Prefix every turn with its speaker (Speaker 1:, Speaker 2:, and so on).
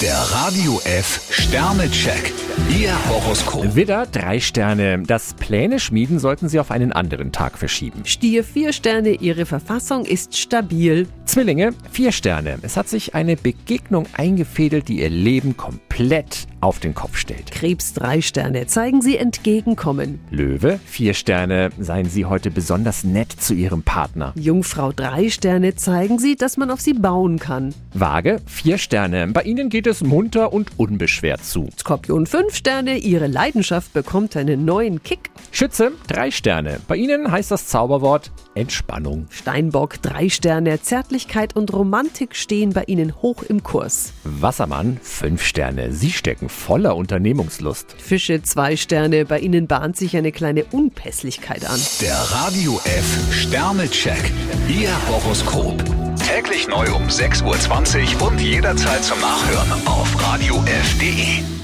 Speaker 1: Der Radio F Sternecheck. Ihr Horoskop.
Speaker 2: Widder, drei Sterne. Das Pläne schmieden sollten Sie auf einen anderen Tag verschieben.
Speaker 3: Stier vier Sterne, Ihre Verfassung ist stabil.
Speaker 2: Zwillinge, vier Sterne. Es hat sich eine Begegnung eingefädelt, die Ihr Leben komplett auf den Kopf stellt.
Speaker 3: Krebs drei Sterne, zeigen Sie Entgegenkommen.
Speaker 2: Löwe, vier Sterne. Seien Sie heute besonders nett zu Ihrem Partner.
Speaker 3: Jungfrau drei Sterne, zeigen Sie, dass man auf Sie bauen kann.
Speaker 2: Waage, vier Sterne. Bei Ihnen geht es munter und unbeschwert zu.
Speaker 3: Skorpion fünf Sterne, Ihre Leidenschaft bekommt einen neuen Kick.
Speaker 2: Schütze, drei Sterne. Bei Ihnen heißt das Zauberwort Entspannung.
Speaker 3: Steinbock drei Sterne, Zärtlichkeit und Romantik stehen bei Ihnen hoch im Kurs.
Speaker 2: Wassermann, fünf Sterne. Sie stecken voller Unternehmungslust.
Speaker 3: Fische zwei Sterne, bei Ihnen bahnt sich eine kleine Unpässlichkeit an.
Speaker 1: Der Radio F Sternecheck. Ihr Horoskop. Täglich neu um 6.20 Uhr und jederzeit zum Nachhören auf Radio radiof.de.